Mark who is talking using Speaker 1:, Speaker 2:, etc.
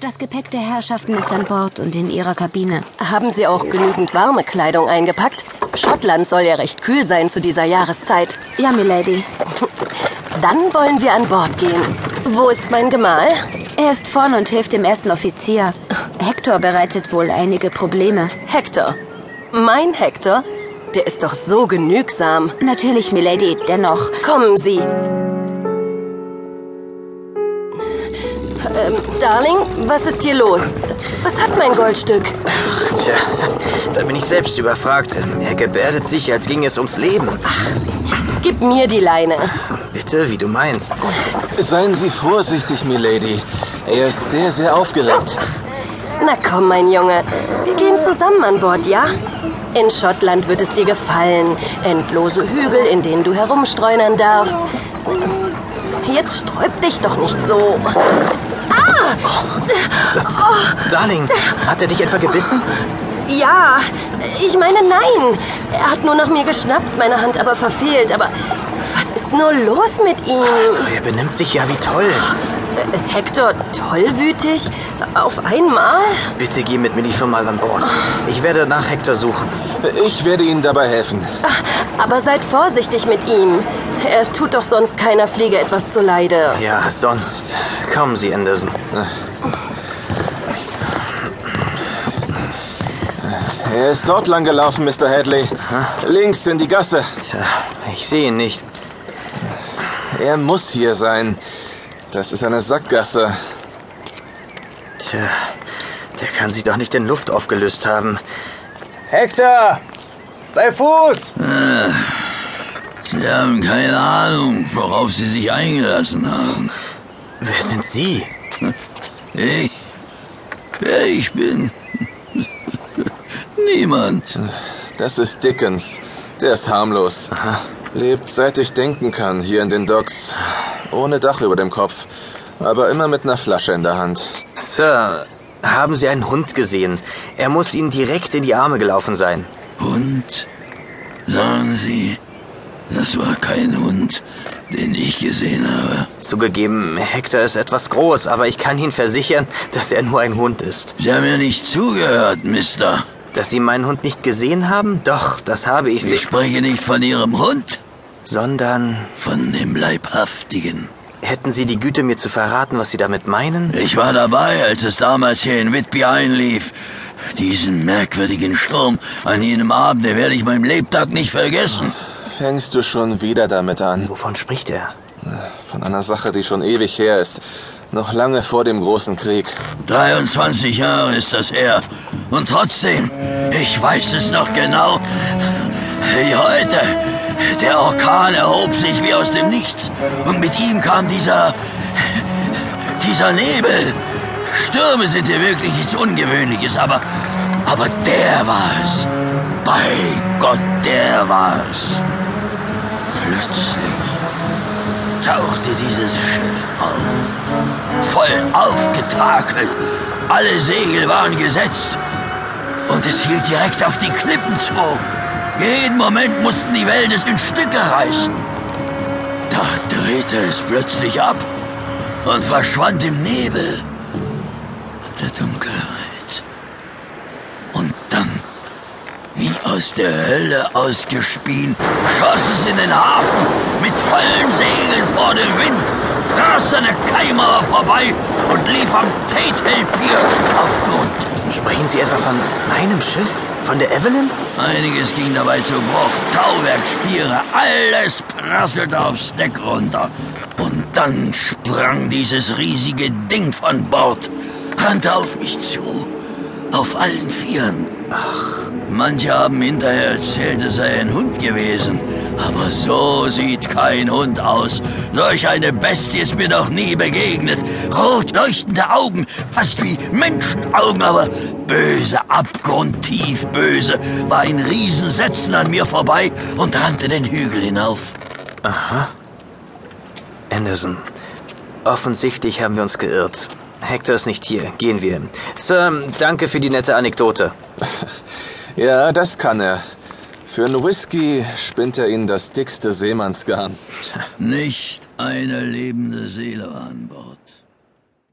Speaker 1: Das Gepäck der Herrschaften ist an Bord und in ihrer Kabine.
Speaker 2: Haben Sie auch genügend warme Kleidung eingepackt? Schottland soll ja recht kühl sein zu dieser Jahreszeit.
Speaker 1: Ja, Milady.
Speaker 2: Dann wollen wir an Bord gehen. Wo ist mein Gemahl?
Speaker 1: Er ist vorn und hilft dem ersten Offizier. Hector bereitet wohl einige Probleme.
Speaker 2: Hector. Mein Hector? Der ist doch so genügsam.
Speaker 1: Natürlich, Milady, dennoch.
Speaker 2: Kommen Sie. Ähm, Darling, was ist hier los? Was hat mein Goldstück?
Speaker 3: Ach, tja, da bin ich selbst überfragt. Er gebärdet sich, als ginge es ums Leben.
Speaker 2: Gib mir die Leine.
Speaker 3: Bitte, wie du meinst.
Speaker 4: Seien Sie vorsichtig, Milady. Er ist sehr, sehr aufgeregt.
Speaker 2: Na komm, mein Junge. Wir gehen zusammen an Bord, ja? In Schottland wird es dir gefallen. Endlose Hügel, in denen du herumstreunern darfst. Jetzt sträub dich doch nicht so.
Speaker 3: Darling, hat er dich etwa gebissen?
Speaker 2: Ja, ich meine nein. Er hat nur nach mir geschnappt, meine Hand aber verfehlt. Aber was ist nur los mit ihm?
Speaker 3: Also, er benimmt sich ja wie toll.
Speaker 2: Äh, Hector, tollwütig? Auf einmal?
Speaker 3: Bitte geh mit Millie schon mal an Bord. Ich werde nach Hector suchen.
Speaker 4: Ich werde Ihnen dabei helfen.
Speaker 2: Aber seid vorsichtig mit ihm. Er tut doch sonst keiner Fliege etwas zuleide.
Speaker 3: Ja, sonst. Kommen Sie, Anderson.
Speaker 4: Er ist dort lang gelaufen, Mr. Hadley. Links in die Gasse.
Speaker 3: Tja, ich sehe ihn nicht.
Speaker 4: Er muss hier sein. Das ist eine Sackgasse.
Speaker 3: Tja, der kann sich doch nicht in Luft aufgelöst haben. Hector! Bei Fuß!
Speaker 5: Sie haben keine Ahnung, worauf Sie sich eingelassen haben.
Speaker 3: Wer sind Sie?
Speaker 5: Ich? Wer ich bin? Niemand.
Speaker 4: Das ist Dickens. Der ist harmlos. Lebt seit ich denken kann hier in den Docks. Ohne Dach über dem Kopf. Aber immer mit einer Flasche in der Hand.
Speaker 3: Sir, haben Sie einen Hund gesehen? Er muss Ihnen direkt in die Arme gelaufen sein.
Speaker 5: Hund? Sagen Sie, das war kein Hund, den ich gesehen habe.
Speaker 3: Zugegeben, Hector ist etwas groß, aber ich kann Ihnen versichern, dass er nur ein Hund ist.
Speaker 5: Sie haben mir nicht zugehört, Mister.
Speaker 3: Dass Sie meinen Hund nicht gesehen haben? Doch, das habe ich.
Speaker 5: Ich spreche nicht von Ihrem Hund,
Speaker 3: Sondern
Speaker 5: von dem Leibhaftigen.
Speaker 3: hätten Sie die Güte, mir zu verraten, was Sie damit meinen?
Speaker 5: Ich war dabei, als es damals hier in Whitby einlief. Diesen merkwürdigen Sturm an jenem Abend, den werde ich meinem Lebtag nicht vergessen.
Speaker 4: Fängst du schon wieder damit an?
Speaker 3: Wovon spricht er?
Speaker 4: Von einer Sache, die schon ewig her ist. Noch lange vor dem großen Krieg.
Speaker 5: 23 Jahre ist das her. Und trotzdem, ich weiß es noch genau. Wie heute. Der Orkan erhob sich wie aus dem Nichts. Und mit ihm kam dieser. dieser Nebel. Stürme sind ja wirklich nichts Ungewöhnliches, aber. aber der war es. Bei Gott, der war es. Plötzlich tauchte dieses Schiff auf. Voll aufgetakelt. Alle Segel waren gesetzt. Und es hielt direkt auf die Klippen zu. Jeden Moment mussten die Wellen es in Stücke reißen. Da drehte es plötzlich ab und verschwand im Nebel und der Dunkelheit. Und dann, wie aus der Hölle ausgespien, schoss es in den Hafen mit vollen Segeln vor dem Wind, raste eine Keimerer vorbei und lief am Tate Hill Pier auf Grund.
Speaker 3: Sprechen Sie etwa von meinem Schiff? Von der Evelyn?
Speaker 5: Einiges ging dabei zu Bruch, Tauwerk, Spiere, alles prasselte aufs Deck runter. Und dann sprang dieses riesige Ding von Bord, rannte auf mich zu, auf allen Vieren. Ach, manche haben hinterher erzählt, es sei ein Hund gewesen. Aber so sieht kein Hund aus. Solch eine Bestie ist mir noch nie begegnet. Rot leuchtende Augen, fast wie Menschenaugen, aber böse, abgrundtief böse, war in Riesensätzen an mir vorbei und rannte den Hügel hinauf.
Speaker 3: Anderson, offensichtlich haben wir uns geirrt. Hector ist nicht hier. Gehen wir. Sir, danke für die nette Anekdote.
Speaker 4: Ja, das kann er. Für einen Whisky spinnt er Ihnen das dickste Seemannsgarn.
Speaker 5: Nicht eine lebende Seele war an Bord.